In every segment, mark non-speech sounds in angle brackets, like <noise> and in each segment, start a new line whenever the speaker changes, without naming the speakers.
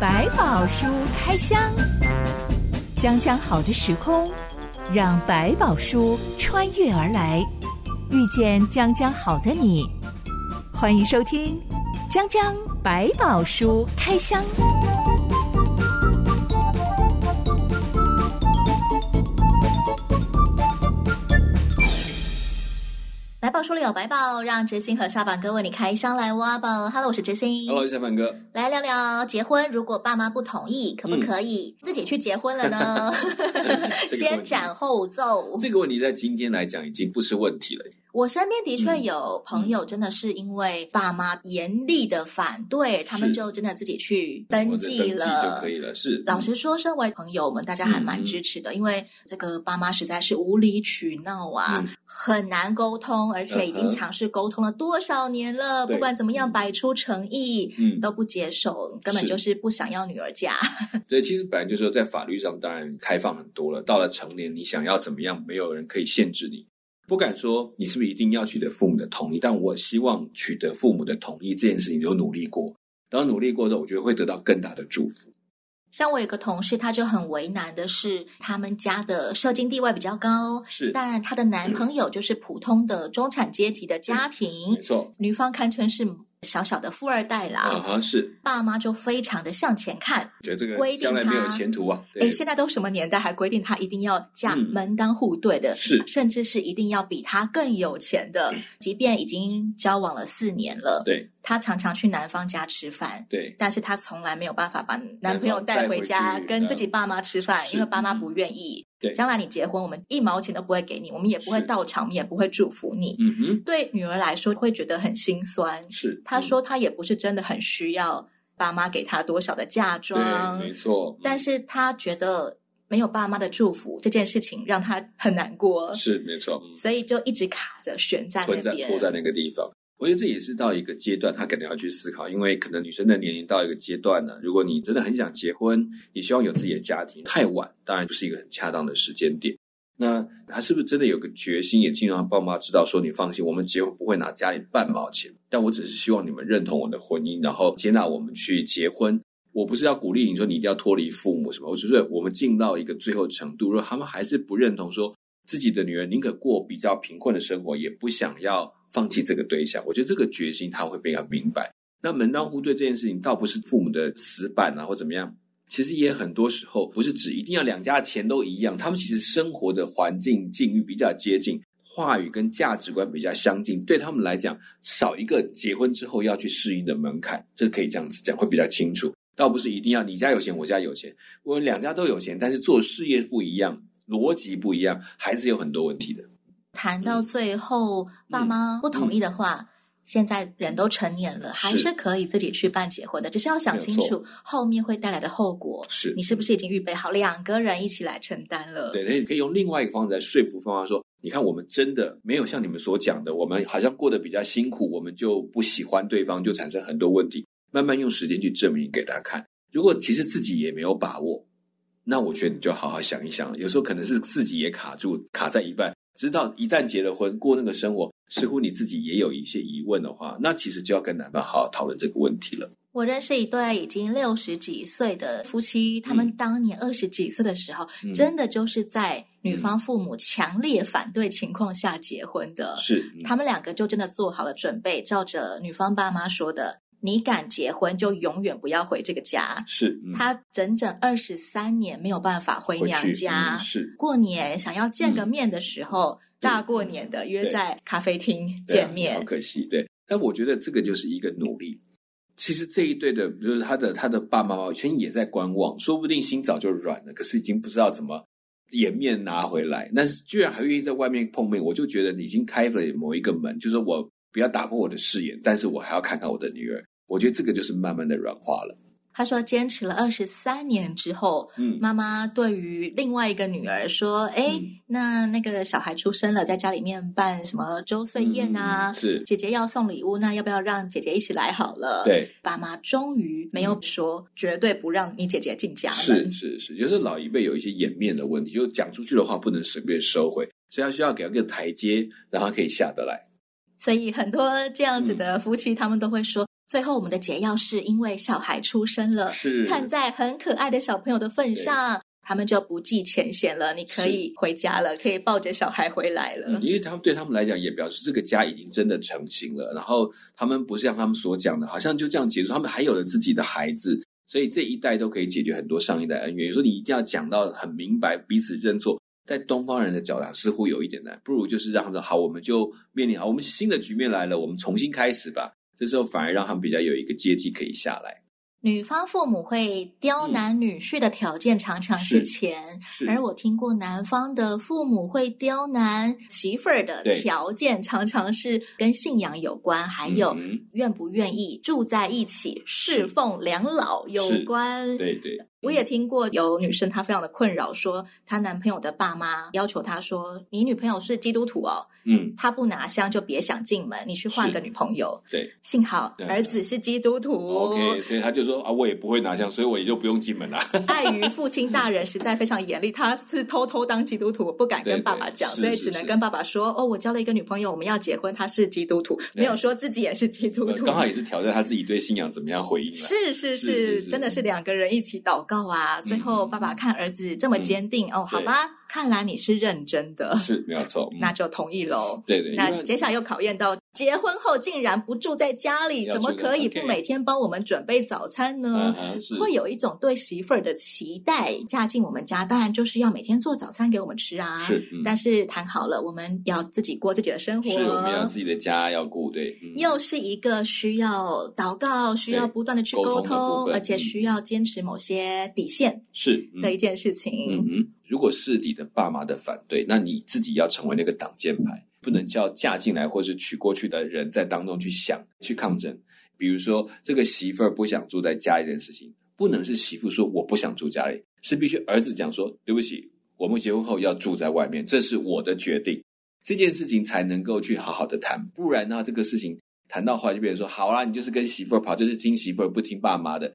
百宝书开箱，将将好的时空，让百宝书穿越而来，遇见将将好的你。欢迎收听《将将百宝书开箱》。
百宝书里有百宝，让知心和下板哥为你开箱来挖宝。Hello，我是知心。
Hello，小 <laughs> 凡哥，
来聊聊结婚，如果爸妈不同意，可不可以自己去结婚了呢？
嗯 <laughs>
<laughs>
这个
先斩后奏。
这个问题在今天来讲已经不是问题了。
我身边的
嗯
确有朋友，真的是因为爸妈严厉的反对，他们就真的自己去登记
或者登记
了
就可。以了。是
老实说，身为朋友，我们大家
嗯
还蛮支持的，因为这个爸妈实在是无理取闹啊，
嗯
很难沟通，而且已经
嗯哼
尝试沟通了多少年了，
对
不管怎么样摆出诚意。
嗯，
都不接受，根本
是
就是不想要女儿嫁。
嗯对，其实本来就说在法律上当然开放很多了。到了成年，你想要怎么样，没有人可以限制你。不敢说你是不是一定要取得父母的同意，但我希望取得父母的同意这件事情有努力过。然后努力过之后，我觉得会得到更大的祝福。
<laughs> 像我有个同事，她就很为难的是，他们家的社经地位比较高，
是，
但她的男朋友就是普通的中产阶级的家
没
庭，
错，
女方堪称是小小的富二代
啊
啦。
哈，是，
爸妈就非常的向前看，
觉得这个
规定
将来没有
他
前途啊。对
诶，现在都什么年代还规定她一定要嫁
嗯
门当户对的，
是
甚至是一定要比她更有钱的，即便已经交往了四年了，
对
她常常去男方家吃饭，
对，
但是她从来没有办法把男朋友带回
男
家
方带回去嗯
跟自己爸妈吃饭，
是嗯
因为爸妈不愿意。
对
将来你结婚，我们一毛钱都不会给你，我们也不会
是
到场，我们也不会祝福你。
嗯哼，
对女儿来说，会觉得很心酸。
是。嗯
她说，她也不是真的很需要爸妈给她多少的嫁
嗯，
妆
对，，没错，
但是她觉得没有爸妈的祝福这件事情让她很难过，
是没错，嗯
所以就一直卡着悬在
困
那
在
边
拖。在那个地方。我觉得这也是到一个阶段，她可能要去思考，因为可能女生的年龄到一个阶段呢，如果你真的很想结婚，你希望有自己的家庭，太晚当然不是一个很恰当的时间点。那她是不是真的有个决心，也尽量让爸妈知道说，你放心，我们结婚不会拿家里半毛钱，但我只是希望你们认同我的婚姻，然后接纳我们去结婚。我不是要鼓励你说你一定要脱离父母什么，我只是我们进到一个最后程度，如果他们还是不认同说自己的女儿宁可过比较贫困的生活，也不想要放弃这个对象。我觉得这个决心他会比较明白。那门当户对这件事情，倒不是父母的死板啊，或怎么样。其实也很多时候不是指一定要两家钱都一样，他们其实生活的环境境遇比较接近，话语跟价值观比较相近，对他们来讲少一个结婚之后要去适应的门槛，这可以这样子讲会比较清楚。倒不是一定要你家有钱我家有钱，我们两家都有钱，但是做事业不一样，逻辑不一样，还是有很多问题的。
谈
嗯
到最后，爸妈不同意的话，现在人都成年了，
是
还是可以自己去办结婚的，只是要想清
没有
楚后面会带来的后果，
是
你是不是已经预备好两个人一起来承担了？
对，那你可以用另外一个方式来说服方法说，你看我们真的没有像你们所讲的，我们好像过得比较辛苦，我们就不喜欢对方，就产生很多问题。慢慢用时间去证明给他看。如果其实自己也没有把握，那我觉得你就好好想一想。有时候可能是自己也卡住，卡在一半，直到一旦结了婚，过那个生活，似乎你自己也有一些疑问的话，那其实就要跟男方好好讨论这个问题了。
我认识一对已经六十几岁的夫妻，他们当年二十几岁的时候，
嗯
真的就是在女方父母强烈反对情况下结婚的。
是，嗯
他们两个就真的做好了准备，照着女方爸妈说的，你敢结婚就永远不要回这个家。
是、嗯、
她整整二十三年没有办法回
回
娘
去
家
嗯，是
过年想要见个面的时候，大过年的约
对
在咖啡厅
对啊
见面
好，可惜。对，但我觉得这个就是一个努力。其实这一对的，比如他的他的爸爸妈妈，其实也在观望，说不定心早就软了，可是已经不知道怎么颜面拿回来。但是居然还愿意在外面碰面，我就觉得你已经开了某一个门，就是我不要打破我的誓言，但是我还要看看我的女儿。我觉得这个就是慢慢的软化了。
她说坚持了二十三年之后，
嗯，
妈妈对于另外一个女儿说：“哎、
嗯
那那个小孩出生了，在家里面办什么周岁宴啊？
嗯是
姐姐要送礼物，那要不要让姐姐一起来好了？”，
对。
爸妈终于没有说绝对不让你姐姐进家
是
门。
是是，有时候老一辈有一些颜面的问题，就讲出去的话不能随便收回，所以他需要给他一个台阶，让他可以下得来。
所以很多这样子的夫妻，他们都会说：“最后，我们的解药是因为小孩出生了，
是
呃看在很可爱的小朋友的份上，他们就不计前嫌了。你可以回家了，可以抱着小孩回来了。
嗯因为他们对他们来讲，也表示这个家已经真的成型了。然后他们不是像他们所讲的，好像就这样结束，他们还有了自己的孩子，所以这一代都可以解决很多上一代恩怨。有时候你一定要讲到很明白，彼此认错。在东方人的角度上似乎有一点难，不如就是让他们好，我们就面临好，我们新的局面来了，我们重新开始吧。这时候反而让他们比较有一个阶梯可以下来。
女方父母会刁难女婿的条件常常是钱，
嗯是嗯
而我听过男方的父母会刁难媳妇儿的
对
条件常常是跟信仰有关，还有
嗯
愿不愿意住在一起侍奉两老有
是
关。
对对，
我也听过有女生她非常的困扰，说她男朋友的爸妈要求她说：“你女朋友是基督徒哦，
嗯
她不拿香就别想进门，你去换
是
个女朋友。
对”
幸好
对
儿子是基督徒。
，OK，所以他就说啊，我也不会拿香，所以我也就不用进门啦。 <laughs>
碍于父亲大人实在非常严厉，他是偷偷当基督徒，不敢跟爸爸讲，
对对
所以
是
只
是
能
是
跟爸爸说：“哦，我交了一个女朋友，我们要结婚，她是基督徒，
对
没有说自己也是基督徒。”
呃刚好也是挑战他自己对信仰怎么样回应了。
<laughs> 是是是
是是是
真的是两个人一起祷告啊！最后爸爸看儿子这么坚定，哦，好
对
吧，看来你是认真的，
是没有错，嗯
那就同意喽。
对对，因
那
为
接下来又考验到，结婚后竟然不住在家里，
要
怎么
住在
可以
OK
不每天帮我们准备早餐
嗯
呢？
哼是
会有一种对媳妇儿的期待，嫁进我们家，当然就是要每天做早餐给我们吃啊。
是，嗯
但是谈好了，我们要自己过自己的生活，
是我们要自己的家要顾，对，嗯
又是一个需要祷告、需要不断的去
沟
沟
通的部分
而且需要坚持某些底线
是嗯
的一件事情。
嗯哼，如果是你的爸妈的反对，那你自己要成为那个挡箭牌，不能叫嫁进来或是娶过去的人在当中去想去抗争。比如说，这个媳妇儿不想住在家里这件事情，不能是媳妇说我不想住家里，是必须儿子讲说对不起，我们结婚后要住在外面，这是我的决定，这件事情才能够去好好的谈，不然呢，这个事情谈到后来就变成说，好啦，你就是跟媳妇儿跑，就是听媳妇儿不听爸妈的，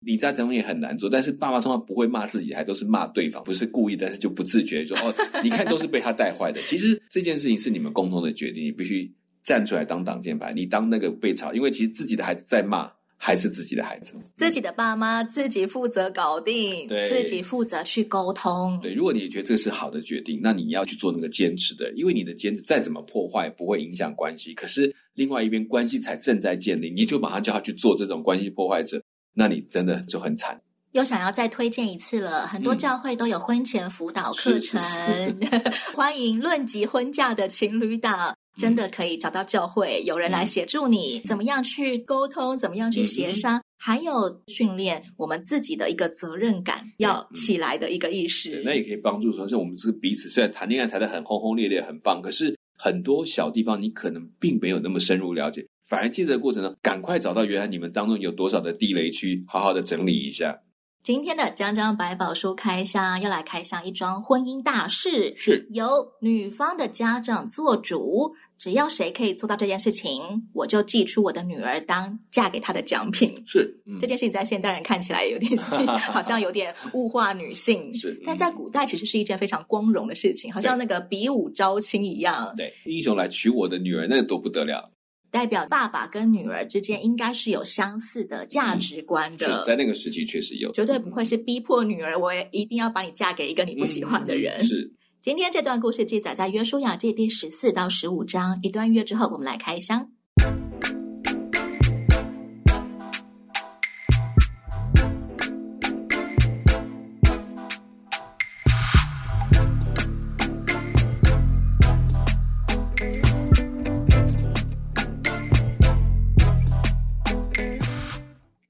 你在这方面也很难做，但是爸妈通常不会骂自己，还都是骂对方，不是故意，但是就不自觉说哦，你看都是被他带坏的。其实这件事情是你们共同的决定，你必须站出来当挡箭牌，你当那个被吵，因为其实自己的孩子在骂，还是自己的孩子。
自己的爸妈自己负责搞定，
对
自己负责去沟通。
对，如果你觉得这是好的决定，那你要去做那个坚持的，因为你的坚持再怎么破坏，不会影响关系。可是另外一边关系才正在建立，你就马上叫他去做这种关系破坏者，那你真的就很惨。
又想要再推荐一次了，很多
嗯
教会都有婚前辅导课程，
是
<laughs> 欢迎论及婚嫁的情侣档。真的可以找到教会，有人来
嗯
协助你，怎么样去沟通，怎么样去协商，还有训练我们自己的一个责任感要起来的一个意识。
对嗯那也可以帮助说，像我们这个彼此虽然谈恋爱谈得很轰轰烈烈，很棒，可是很多小地方你可能并没有那么深入了解，反而借这个过程呢，赶快找到原来你们当中有多少的地雷区，好好的整理一下。
今天的江江百宝书开箱，要来开箱一桩婚姻大事，
是
由女方的家长做主。只要谁可以做到这件事情，我就寄出我的女儿当嫁给他的奖品。
是，嗯
<laughs> 这件事情在现代人看起来有点 <laughs> 好像有点物化女性，
<laughs> 是嗯
但在古代其实是一件非常光荣的事情，好像那个比武招亲一样，
对，英雄来娶我的女儿，那多不得了！
代表爸爸跟女儿之间应该是有相似的价值观
嗯是
的，
在那个时期确实有，
绝对不会是逼迫女儿，我也一定要把你嫁给一个你不喜欢的人。
嗯是
今天这段故事记载在《约书亚记》第十四到十五章。一段月之后，我们来开箱。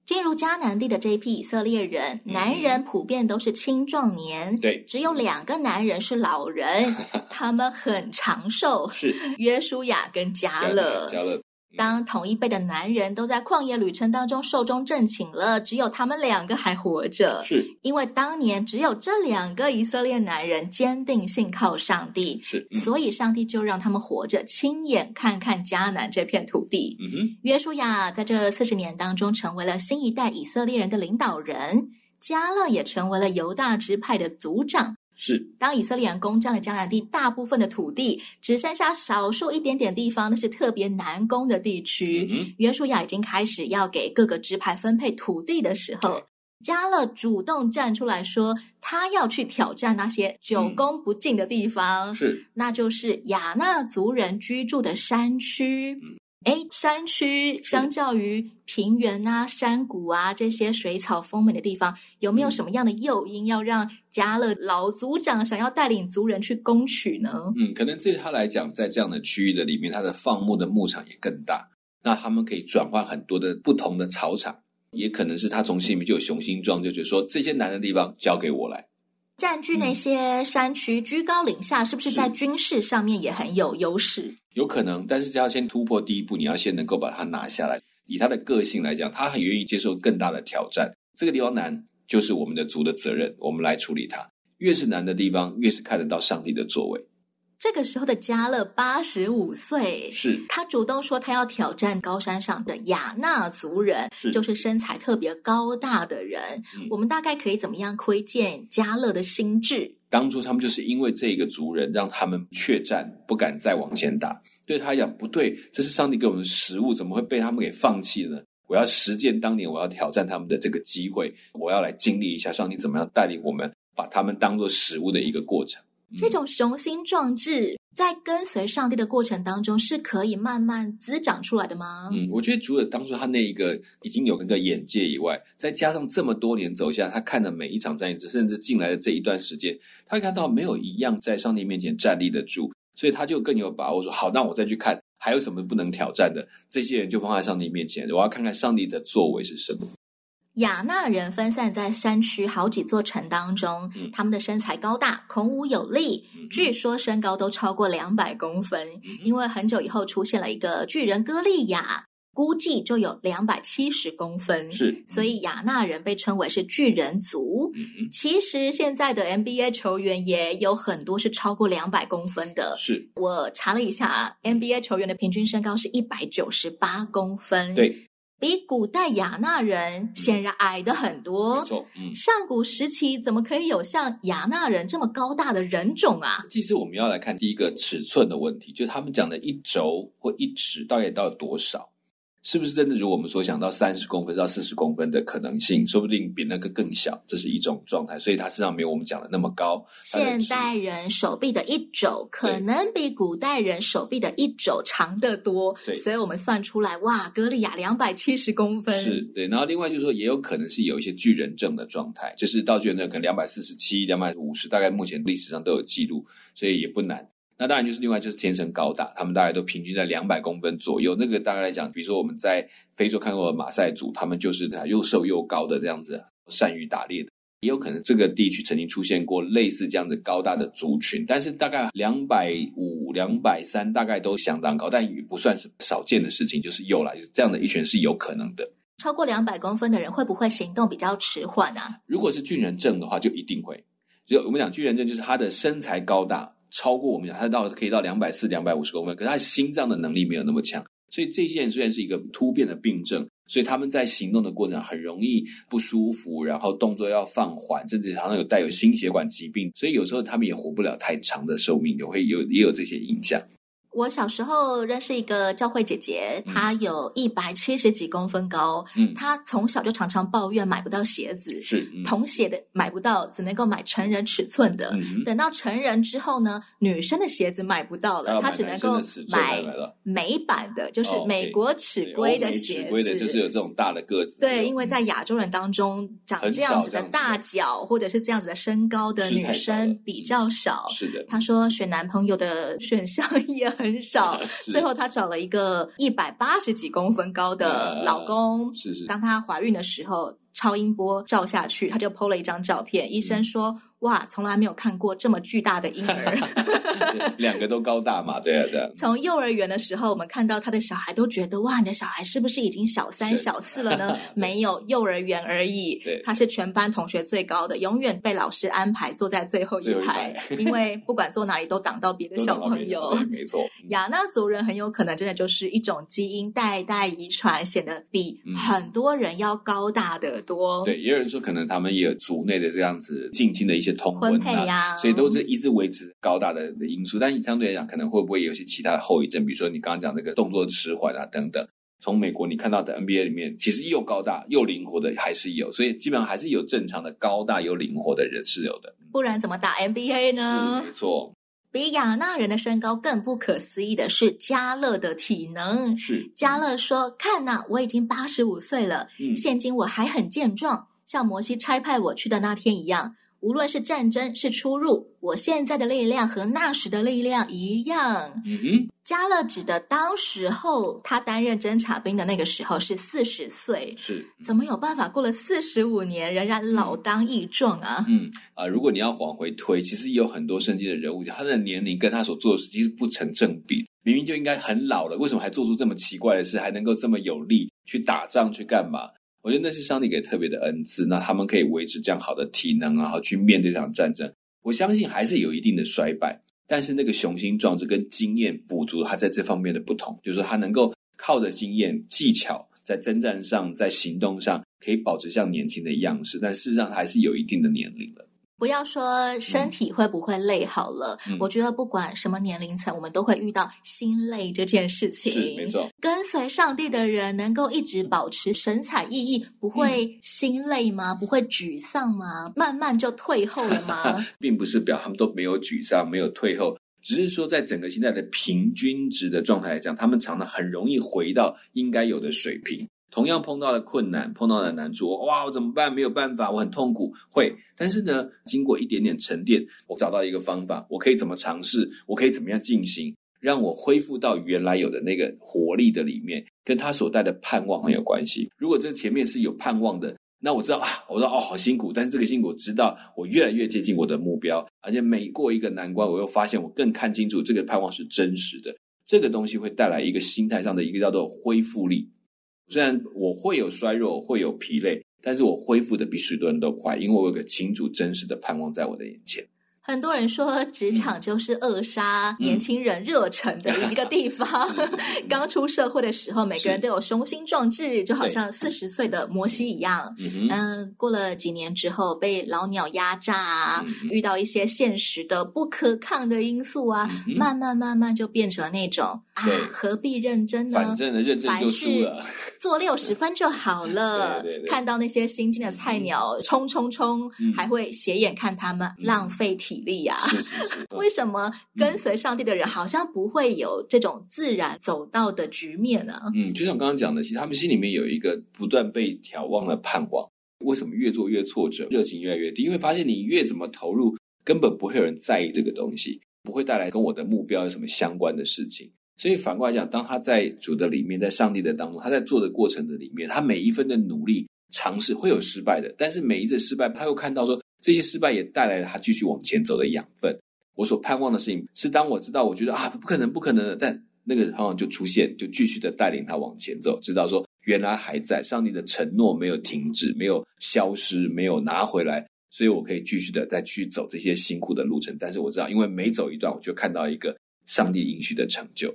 进入迦南地的这一批以色列人，
嗯
男人普遍都是青壮年，
对
只有两个男人是老 <laughs> 人，他们很长寿，
是
约书亚跟 <laughs> 加勒。
加勒，嗯
当同一辈的男人都在旷野旅程当中寿终正寝了，只有他们两个还活着，
是
因为当年只有这两个以色列男人坚定信靠上帝，
是，嗯
所以上帝就让他们活着，亲眼看看迦南这片土地。
嗯哼，
约书亚在这四十年当中成为了新一代以色列人的领导人，加勒也成为了犹大支派的族长，
是
当以色列人攻占了迦南地大部分的土地，只剩下少数一点点地方，那是特别难攻的地区。
嗯
约书亚已经开始要给各个支派分配土地的时候
对，
加勒主动站出来说，他要去挑战那些
嗯
久攻不进的地方，
哼，是
那就是亚纳族人居住的山区
嗯。
诶，山区
是
相较于平原啊、山谷啊这些水草丰美的地方，有没有
嗯
什么样的诱因要让加勒老族长想要带领族人去攻取呢？
嗯，可能对他来讲，在这样的区域的里面，他的放牧的牧场也更大，那他们可以转换很多的不同的草场，也可能是他从心里面就有雄心壮志，就觉得说这些难的地方交给我来。
占据那些山区，居高临下，是不是
嗯是
在军事上面也很有优势？
有可能，但是要先突破第一步，你要先能够把它拿下来。以他的个性来讲，他很愿意接受更大的挑战。这个地方难，就是我们的族的责任，我们来处理它。越是难的地方，越是看得到上帝的作为。
这个时候的加勒八十五岁，
是
他主动说他要挑战高山上的亚纳族人，
是
就是身材特别高大的人。
嗯
我们大概可以怎么样窥见加勒的心智？
当初他们就是因为这个族人，让他们怯战，不敢再往前打。对他来讲，不对，这是上帝给我们的食物，怎么会被他们给放弃呢？我要实践当年我要挑战他们的这个机会，我要来经历一下上帝怎么样带领我们，把他们当做食物的一个过程。嗯
这种雄心壮志在跟随上帝的过程当中，是可以慢慢滋长出来的吗？
嗯，我觉得除了当初他那一个已经有那个眼界以外，再加上这么多年走下，他看的每一场战役，甚至进来的这一段时间，他会看到没有一样在上帝面前站立得住，所以他就更有把握说：好，那我再去看还有什么不能挑战的，这些人就放在上帝面前，我要看看上帝的作为是什么。
亚纳人分散在山区好几座城当中，
嗯
他们的身材高大，孔武有力，据说身高都超过两百公
嗯
分。因为很久以后出现了一个巨人歌利亚，估计就有两百七十公分，
是，
所以亚纳人被称为是巨人族。
嗯嗯，
其实现在的 NBA 球员也有很多是超过两百公分的，
嗯是
我查了一下，NBA 啊球员的平均身高是一百九十八公分，，
对，嗯
比古代亚纳人显然矮的很
没
多。
错，嗯。
上古时期怎么可以有像亚纳人这么高大的人种啊？
其实我们要来看第一个尺寸的问题，就是他们讲的一轴或一尺到底到底多少，是不是真的如我们所想到三十公分到四十公分的可能性，说不定比那个更小，这是一种状态，所以它实际上没有我们讲的那么高。它的
现
直
代人手臂的一肘可
呃对
能比古代人手臂的一肘长得多，
对
所以我们算出来，哇，歌利亚两百七十公分，
是对，然后另外就是说，也有可能是有一些巨人症的状态，就是到巨人症可能两百四十七、两百五十，大概目前历史上都有记录，所以也不难。那当然就是另外就是天生高大，他们大概都平均在两百公分左右。那个大概来讲，比如说我们在非洲看过的马赛族，他们就是又瘦又高的这样子，善于打猎的。也有可能这个地区曾经出现过类似这样子高大的族群，但是大概两百五、两百三大概都相当高，但也不算是少见的事情，就是有啦，就是这样的一群是有可能的。
超过两百公分的人会不会行动比较迟缓啊？
如果是巨人症的话，就一定会。就我们讲巨人症，就是他的身材高大，超过我们讲他到可以到两百四、两百五十公分，可是他心脏的能力没有那么强，所以这些人虽然是一个突变的病症，所以他们在行动的过程中很容易不舒服，然后动作要放缓，甚至常常有带有心血管疾病，所以有时候他们也活不了太长的寿命，也会有也有这些影响。
我小时候认识一个教会姐姐，
嗯
她有一百七十几公分高，
嗯，
她从小就常常抱怨买不到鞋子，
是，嗯
童鞋的买不到，只能够买成人尺寸的。
嗯哼，
等到成人之后呢，女生的鞋子买不到
还
了，
有
她
啊买
只
男
能
生
够
的尺寸
买
买了，
美版的，就是
哦
美
对
国尺规
对
的
欧美
鞋
尺
子。
规的就是有这种大的个子，嗯
对，因为在亚洲人当中，长
很
这样
少
子
这
的
样子
大
的
脚或者是这样子的身高的
是
女
太少了
生
嗯
比较少。<laughs>
是的，
她说选男朋友的选项也很少，
<laughs> 是
最后她找了一个一百八十几公分高的
呃
老公。
<laughs> 是是
当她怀孕的时候，超音波照下去，她就 PO 了一张照片，医生说：“哇，从来没有看过这么巨大的婴儿。
对 <laughs> 两个都高大嘛，对啊，
<laughs>
对啊”，
从幼儿园的时候，我们看到她的小孩都觉得：“哇，你的小孩是不是已经小三、
是
小四了
<laughs>
呢？”没有，幼儿园而已。
对
她是全班同学最高的，永远被老师安排坐在最后一
最后一
排
排，
<laughs> 因为不管坐哪里都挡到别的
都
小
长到
朋
没
友。
对没错，
<laughs>
嗯
亚纳族人很有可能真的就是一种基因代代遗传，显得比
嗯
很多人要高大的多。
对，也有人说可能他们也有族内的这样子近亲的一些通婚啊
婚配呀
所以都是一直维持高大的因素。但相对来讲，可能会不会有一些其他的后遗症，比如说你刚刚讲这个动作迟缓啊等等。从美国你看到的 NBA 里面，其实又高大又灵活的还是有，所以基本上还是有正常的高大又灵活的人是有的。
不然怎么打 NBA 呢
是没？错，
比亚纳人的身高更不可思议的是加勒的体能。
是
加勒说：“看呐、我已经八十五岁了，
嗯
现今我还很健壮，像摩西差派我去的那天一样。无论是战争是出入，我现在的力量和那时的力量一样。
嗯哼，
加勒指的当时候他担任侦察兵的那个时候是四十岁，
是嗯
怎么有办法过了四十五年仍然老当益壮啊？
嗯啊、如果你要往回推，其实有很多圣经的人物，他的年龄跟他所做的事其实不成正比。明明就应该很老了，为什么还做出这么奇怪的事，还能够这么有力去打仗去干嘛？我觉得那是上帝给特别的恩赐，那他们可以维持这样好的体能，然后去面对这场战争。我相信还是有一定的衰败，但是那个雄心壮志跟经验补足，他在这方面的不同，就是说他能够靠着经验、技巧，在征战上、在行动上，可以保持像年轻的样式，但事实上还是有一定的年龄了。
不要说身体会不会累好了，
嗯
我觉得不管什么年龄层，我们都会遇到心累这件事情。
是没。错，
跟随上帝的人能够一直保持神采奕奕，不
嗯
会心累吗？不会沮丧吗？慢慢就退后了
<laughs>
吗？
并不是表他们都没有沮丧、没有退后，只是说在整个现在的平均值的状态来讲，他们常常很容易回到应该有的水平。同样碰到了困难，碰到了难处，哇，我怎么办？没有办法，我很痛苦。会，但是呢，经过一点点沉淀，我找到一个方法，我可以怎么尝试，我可以怎么样进行，让我恢复到原来有的那个活力的里面，跟他所带的盼望很有关系。如果这前面是有盼望的，那我知道啊，我知道哦，好辛苦，但是这个辛苦，知道我越来越接近我的目标，而且每过一个难关，我又发现我更看清楚这个盼望是真实的。这个东西会带来一个心态上的一个叫做恢复力。虽然我会有衰弱，我会有疲累，但是我恢复的比许多人都快，因为我有个清楚真实的盼望在我的眼前。
很多人说职场就是扼杀
嗯
年轻人热忱的一个地方。 <laughs>
<laughs>
<laughs> 刚出社会的时候，每个人
是
都有雄心壮志，就好像四十岁的摩西一样。
嗯哼，
嗯，过了几年之后，被老鸟压榨啊，
嗯
遇到一些现实的不可抗的因素啊，
嗯哼
慢慢慢慢就变成了那种啊
对，
何必认真呢？
反正呢，认真就输了。
做六十分就好了。
嗯对对对
看到那些新进的菜鸟冲冲冲，
嗯
还会斜眼看他们，
嗯
浪费体力呀、
<laughs> 是是是，嗯
为什么跟随上帝的人好像不会有这种自然走到的局面呢、
嗯，就像刚刚讲的，其实他们心里面有一个不断被眺望的盼望。为什么越做越挫折，热情越来越低？因为发现你越怎么投入，根本不会有人在意这个东西，不会带来跟我的目标有什么相关的事情。所以反过来讲，当他在主的里面，在上帝的当中，他在做的过程的里面，他每一分的努力尝试会有失败的，但是每一次失败，他又看到说这些失败也带来了他继续往前走的养分。我所盼望的事情是，当我知道我觉得啊不可能不可能的，但那个盼望就出现，就继续的带领他往前走，知道说原来还在，上帝的承诺没有停止，没有消失，没有拿回来，所以我可以继续的再去走这些辛苦的路程。但是我知道，因为每走一段，我就看到一个上帝应许的成就。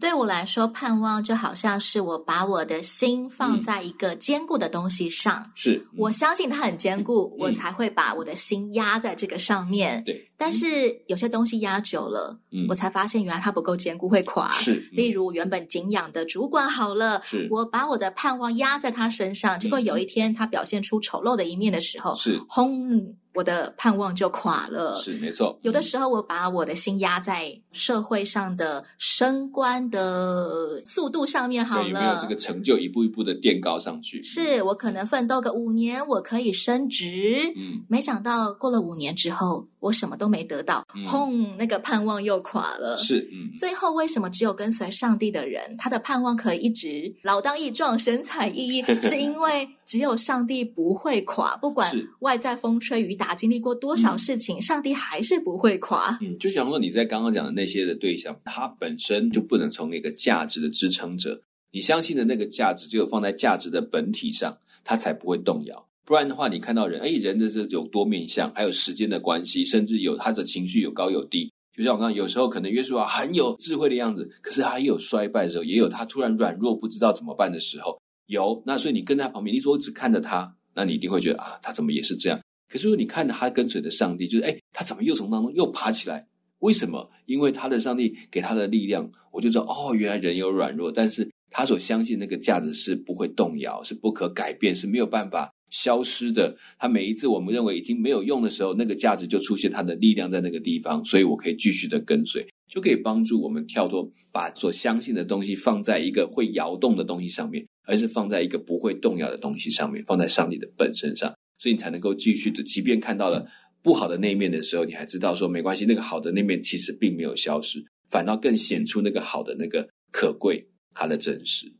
对我来说，盼望就好像是我把我的心
嗯
放在一个坚固的东西上。
是
我相信它很坚固，我
嗯
才会把我的心压在这个上面。
对，
但是有些东西压久了，
嗯
我才发现原来它不够坚固，会垮。
是，
例
如
如我原本敬仰的主管好了，
是
我把我的盼望压在他身上，结果有一天他表现出丑陋的一面的时候，
嗯是
轰，我的盼望就垮了。
是没错，嗯
有的时候，我把我的心压在社会上的升官的速度上面好
对
了，
有没有这个成就一步一步的垫高上去？
是我可能奋斗个五年，我可以升职。
嗯，
没想到过了五年之后，我什么都没得到，
嗯
轰、那个盼望又垮了。
是嗯
最后为什么只有跟随上帝的人，他的盼望可以一直老当益壮、神采奕奕？是因为只有上帝不会垮，不管
是
外在风吹雨打，经历过多少事情，上帝还是不会垮。
嗯，就想说你在刚刚讲的那些的对象，他本身就不能从一个价值的支撑者，你相信的那个价值，只有放在价值的本体上，它才不会动摇。不然的话，你看到人，哎，人的这有多面相，还有时间的关系，甚至有他的情绪有高有低。就像我刚刚，有时候可能约书亚很有智慧的样子，可是他也有衰败的时候，也有他突然软弱不知道怎么办的时候。有，那所以你跟在旁边，你说我只看着他，那你一定会觉得啊，他怎么也是这样？可是如果你看着他跟随着上帝，就是哎，他怎么又从当中又爬起来？为什么？因为他的上帝给他的力量，我就知道哦，原来人有软弱，但是他所相信那个价值是不会动摇，是不可改变，是没有办法消失的。他每一次我们认为已经没有用的时候，那个价值就出现他的力量在那个地方，所以我可以继续的跟随，就可以帮助我们跳脱，把所相信的东西放在一个会摇动的东西上面，而是放在一个不会动摇的东西上面，放在上帝的本身上，所以你才能够继续的，即便看到了。不好的那一面的时候，你还知道说没关系，那个好的那面其实并没有消失，反倒更显出那个好的那个可贵，它的真实。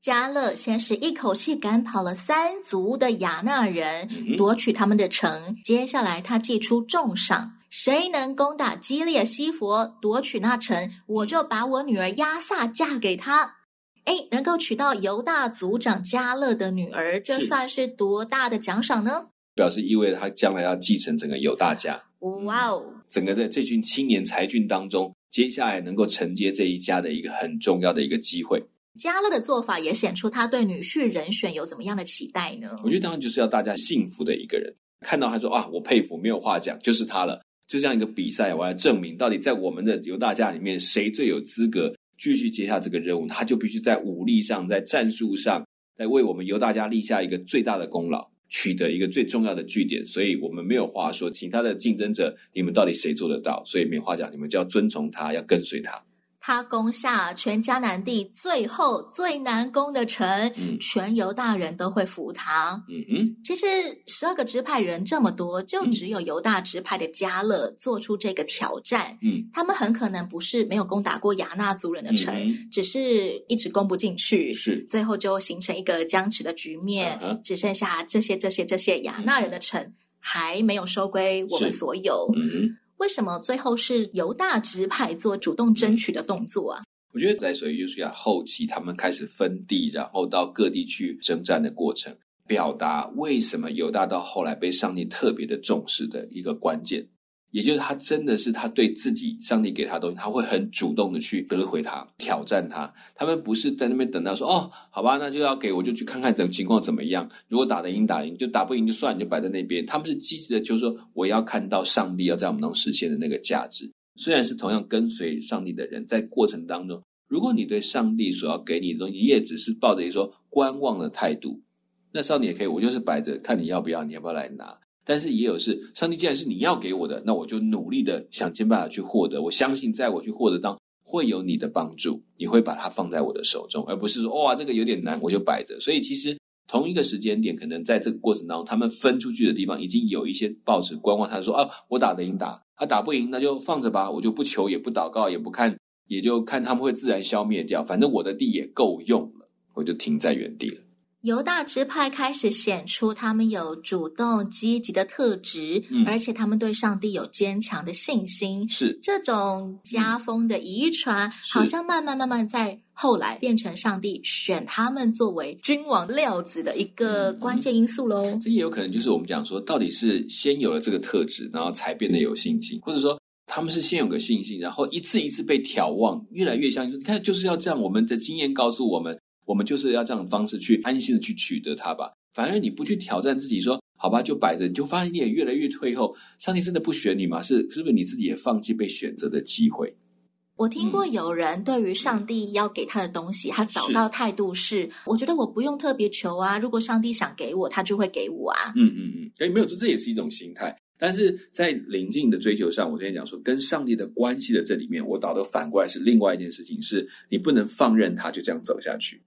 加勒先是一口气赶跑了三族的亚纳人，夺取他们的城。接下来，他祭出重赏，谁能攻打基列西佛，夺取那城，我就把我女儿亚萨嫁给他。哎，能够娶到犹大族长加勒的女儿，这
是
算是多大的奖赏呢？
表示意味着他将来要继承整个犹大家，
哇哦！
整个在这群青年才俊当中，接下来能够承接这一家的一个很重要的一个机会。
加勒的做法也显出他对女婿人选有怎么样的期待呢？
我觉得当然就是要大家幸福的一个人，看到他说啊，我佩服，没有话讲，就是他了。就像一个比赛，我来证明到底在我们的犹大家里面谁最有资格继续接下这个任务，他就必须在武力上、在战术上，在为我们犹大家立下一个最大的功劳，取得一个最重要的据点。所以我们没有话说，其他的竞争者，你们到底谁做得到？所以没话讲，你们就要遵从他，要跟随他。
他攻下全迦南地最后最难攻的城，
嗯
全犹大人都会服他。
嗯哼，
其实十二个支派人这么多，就
嗯
只有犹大支派的加勒做出这个挑战。
嗯，
他们很可能不是没有攻打过亚纳族人的城，
嗯哼
只是一直攻不进去，
是
最后就形成一个僵持的局面，
嗯哼
只剩下这些这些这些亚纳人的城、还没有收归我们
是
所有。
嗯哼。
为什么最后是犹大支派做主动
嗯
争取的动作啊？
我觉得在所以约书亚后期，他们开始分地，然后到各地去征战的过程，表达为什么犹大到后来被上帝特别的重视的一个关键，也就是他真的是他对自己上帝给他的东西，他会很主动的去得回他，挑战他。他们不是在那边等到说哦，好吧，那就要给我就去看看等情况怎么样。如果打得赢打赢，就打不赢就算，你就摆在那边。他们是积极的，就是说我要看到上帝要在我们当中实现的那个价值。虽然是同样跟随上帝的人，在过程当中，如果你对上帝所要给你的东西，你也只是抱着一说观望的态度，那上帝也可以，我就是摆着看你要不要，你要不要来拿。但是也有是，上帝既然是你要给我的，那我就努力的想尽办法去获得。我相信，在我去获得当会有你的帮助，你会把它放在我的手中，而不是说哦啊哇这个有点难，我就摆着。所以其实同一个时间点，可能在这个过程当中，他们分出去的地方已经有一些报纸观望，他说啊我打得赢打，啊打不赢那就放着吧，我就不求也不祷告也不看也就看他们会自然消灭掉。反正我的地也够用了，我就停在原地了。
犹大支派开始显出他们有主动积极的特质，
嗯
而且他们对上帝有坚强的信心。
是，
这种家风的遗传，
嗯是
好像慢慢慢慢在后来变成上帝选他们作为君王料子的一个
嗯
关键因素喽。
这也有可能就是我们讲说，到底是先有了这个特质，然后才变得有信心，或者说他们是先有个信心，然后一次一次被眺望，越来越相信。你看，就是要这样，我们的经验告诉我们，我们就是要这样的方式去安心的去取得它吧。反而你不去挑战自己说好吧，就摆着，你就发现你也越来越退后。上帝真的不选你吗？是是不是你自己也放弃被选择的机会？
我听
嗯
过有人对于上帝要给他的东西，他找到态度是：我觉得我不用特别求啊，如果上帝想给我，他就会给我啊。
嗯嗯嗯，哎，没有错，这也是一种心态。但是在灵境的追求上，我之前讲说，跟上帝的关系的这里面，我倒的反过来是另外一件事情，是你不能放任他就这样走下去。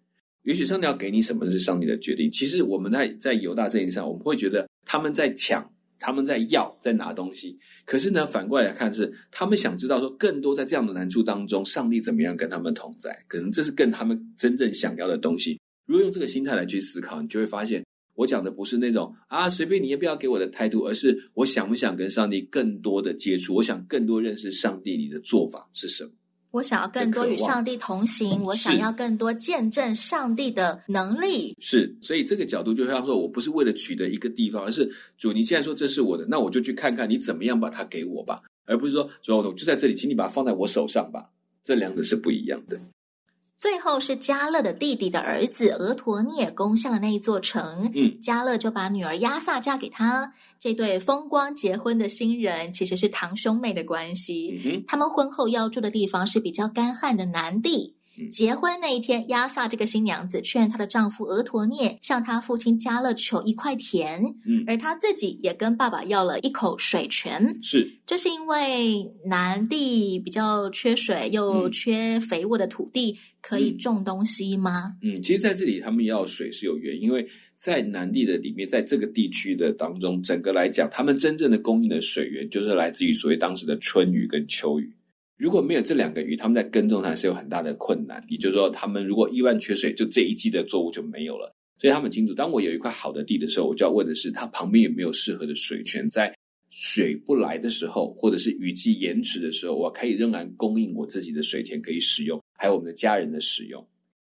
也许上帝要给你什么是上帝的决定。其实我们在在犹大阵营上，我们会觉得他们在抢，他们在要，在拿东西。可是呢，反过来看是他们想知道说更多在这样的难处当中，上帝怎么样跟他们同在？可能这是跟他们真正想要的东西。如果用这个心态来去思考，你就会发现，我讲的不是那种啊随便你要不要给我的态度，而是我想不想跟上帝更多的接触，我想更多认识上帝你的做法是什么。
我想要更多与
渴望嗯
上帝同行，我
是
想要更多见证上帝的能力。
是，所以这个角度就是要说，我不是为了取得一个地方，而是主，你既然说这是我的，那我就去看看你怎么样把它给我吧，而不是说主啊要我就在这里，请你把它放在我手上吧。这两者是不一样的。
最后是加勒的弟弟的儿子俄陀涅攻下了那一座城，
嗯，
加勒就把女儿亚萨嫁给他。这对风光结婚的新人其实是堂兄妹的关系，
嗯哼，
他们婚后要住的地方是比较干旱的南地。
嗯
结婚那一天，亚萨这个新娘子劝她的丈夫俄陀涅向她父亲加勒求一块田，
嗯
而她自己也跟爸爸要了一口水泉。
是
这是因为南地比较缺水，又
嗯
缺肥沃的土地，可以
嗯
种东西吗？
嗯，其实在这里他们要水是有原因，因为在南地的里面，在这个地区的当中，整个来讲，他们真正的供应的水源就是来自于所谓当时的春雨跟秋雨。如果没有这两个雨，他们在耕种上是有很大的困难。也就是说，他们如果一万缺水，就这一季的作物就没有了。所以他们清楚，当我有一块好的地的时候，我就要问的是，它旁边有没有适合的水泉，在水不来的时候，或者是雨季延迟的时候，我可以仍然供应我自己的水田可以使用，还有我们的家人的使用。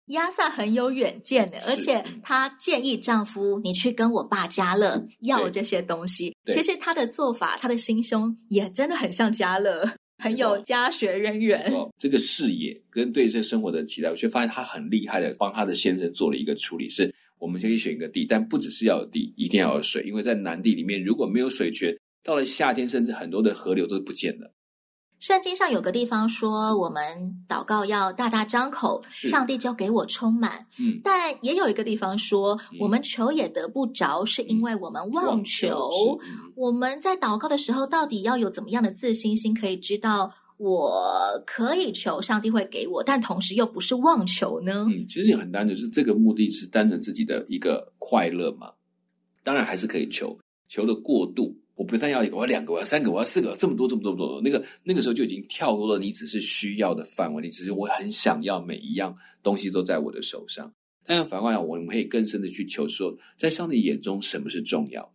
亚萨很有远见的，
是
而且她建议丈夫你去跟我爸加勒要这些东西。
对
其实她的做法，她的心胸也真的很像加勒，很有家学渊源。
哦，这个视野跟对这生活的期待，我却发现他很厉害的帮他的先生做了一个处理，是我们可以选一个地，但不只是要有地，一定要有水，因为在南地里面如果没有水泉，到了夏天甚至很多的河流都不见了。
圣经上有个地方说，我们祷告要大大张口，
是
上帝就给我充满。
嗯，
但也有一个地方说，
嗯
我们求也得不着，是因为我们
望
妄求。
是嗯
我们在祷告的时候，到底要有怎么样的自信心，可以知道我可以求，上帝会给我，但同时又不是妄求呢？
嗯，其实也很单纯，是这个目的是单纯自己的一个快乐嘛。当然还是可以求，求的过度，我不但要一个，我要两个，我要三个，我要四个，这么多，这么多，这么多，那个那个时候就已经跳脱了你只是需要的范围，你只是我很想要每一样东西都在我的手上。但反过来，我们可以更深的去求说，在上帝眼中什么是重要？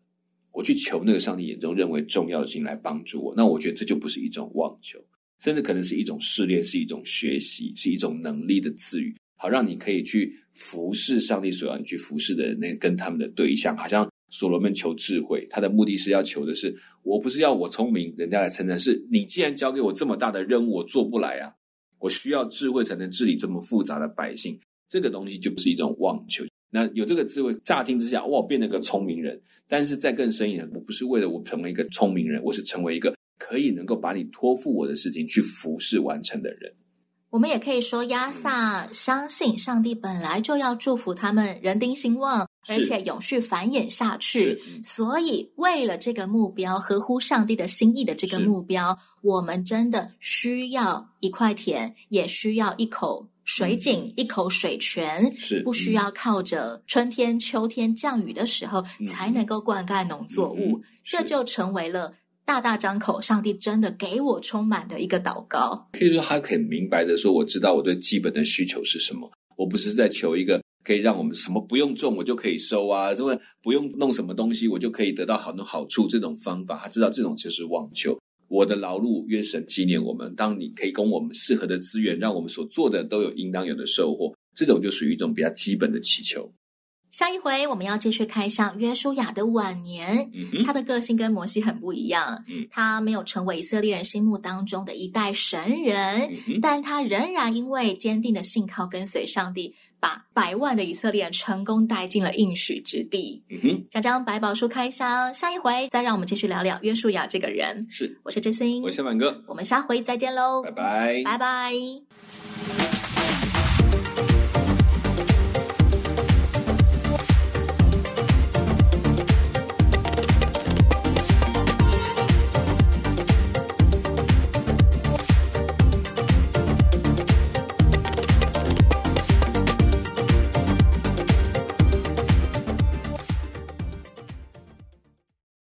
我去求那个上帝眼中认为重要的事情来帮助我，那我觉得这就不是一种妄求。甚至可能是一种试炼，是一种学习，是一种能力的赐予，好让你可以去服侍上帝所要你去服侍的那跟他们的对象。好像所罗门求智慧，他的目的是要求的是，我不是要我聪明，人家来称赞，是你既然交给我这么大的任务，我做不来啊，我需要智慧才能治理这么复杂的百姓。这个东西就不是一种妄求。那有这个智慧，乍听之下，哇，我变成个聪明人。但是再更深一点，我不是为了我成为一个聪明人，我是成为一个可以能够把你托付我的事情去服侍完成的人。
我们也可以说，亚萨相信上帝本来就要祝福他们人丁兴旺，
是
而且永续繁衍下去。
嗯
所以，为了这个目标，合乎上帝的心意的这个
是
目标，我们真的需要一块田，也需要一口水井、一口水泉，
嗯是
不需
嗯
要靠着春天、秋天降雨的时候
嗯
才能够灌溉农作物。
嗯嗯
这
是
就成为了大大张口，上帝真的给我充满的一个祷告。
可以说他很明白的说，我知道我对基本的需求是什么，我不是在求一个可以让我们什么不用种我就可以收啊，什么不用弄什么东西我就可以得到很多好处这种方法，他知道这种就是妄求。我的劳碌，愿神纪念我们。当你可以供我们适合的资源，让我们所做的都有应当有的收获，这种就属于一种比较基本的祈求。
下一回我们要继续开箱约书亚的晚年，
嗯哼，
他的个性跟摩西很不一样
嗯，
他没有成为以色列人心目当中的一代神人
嗯，哼，
但他仍然因为坚定的信靠跟随上帝，把百万的以色列人成功带进了应许之地。
嗯哼，
讲讲百宝书开箱，下一回再让我们继续聊聊约书亚这个人。
是
我是真心
我，是小满哥，
我们下回再见喽，
拜拜
拜拜。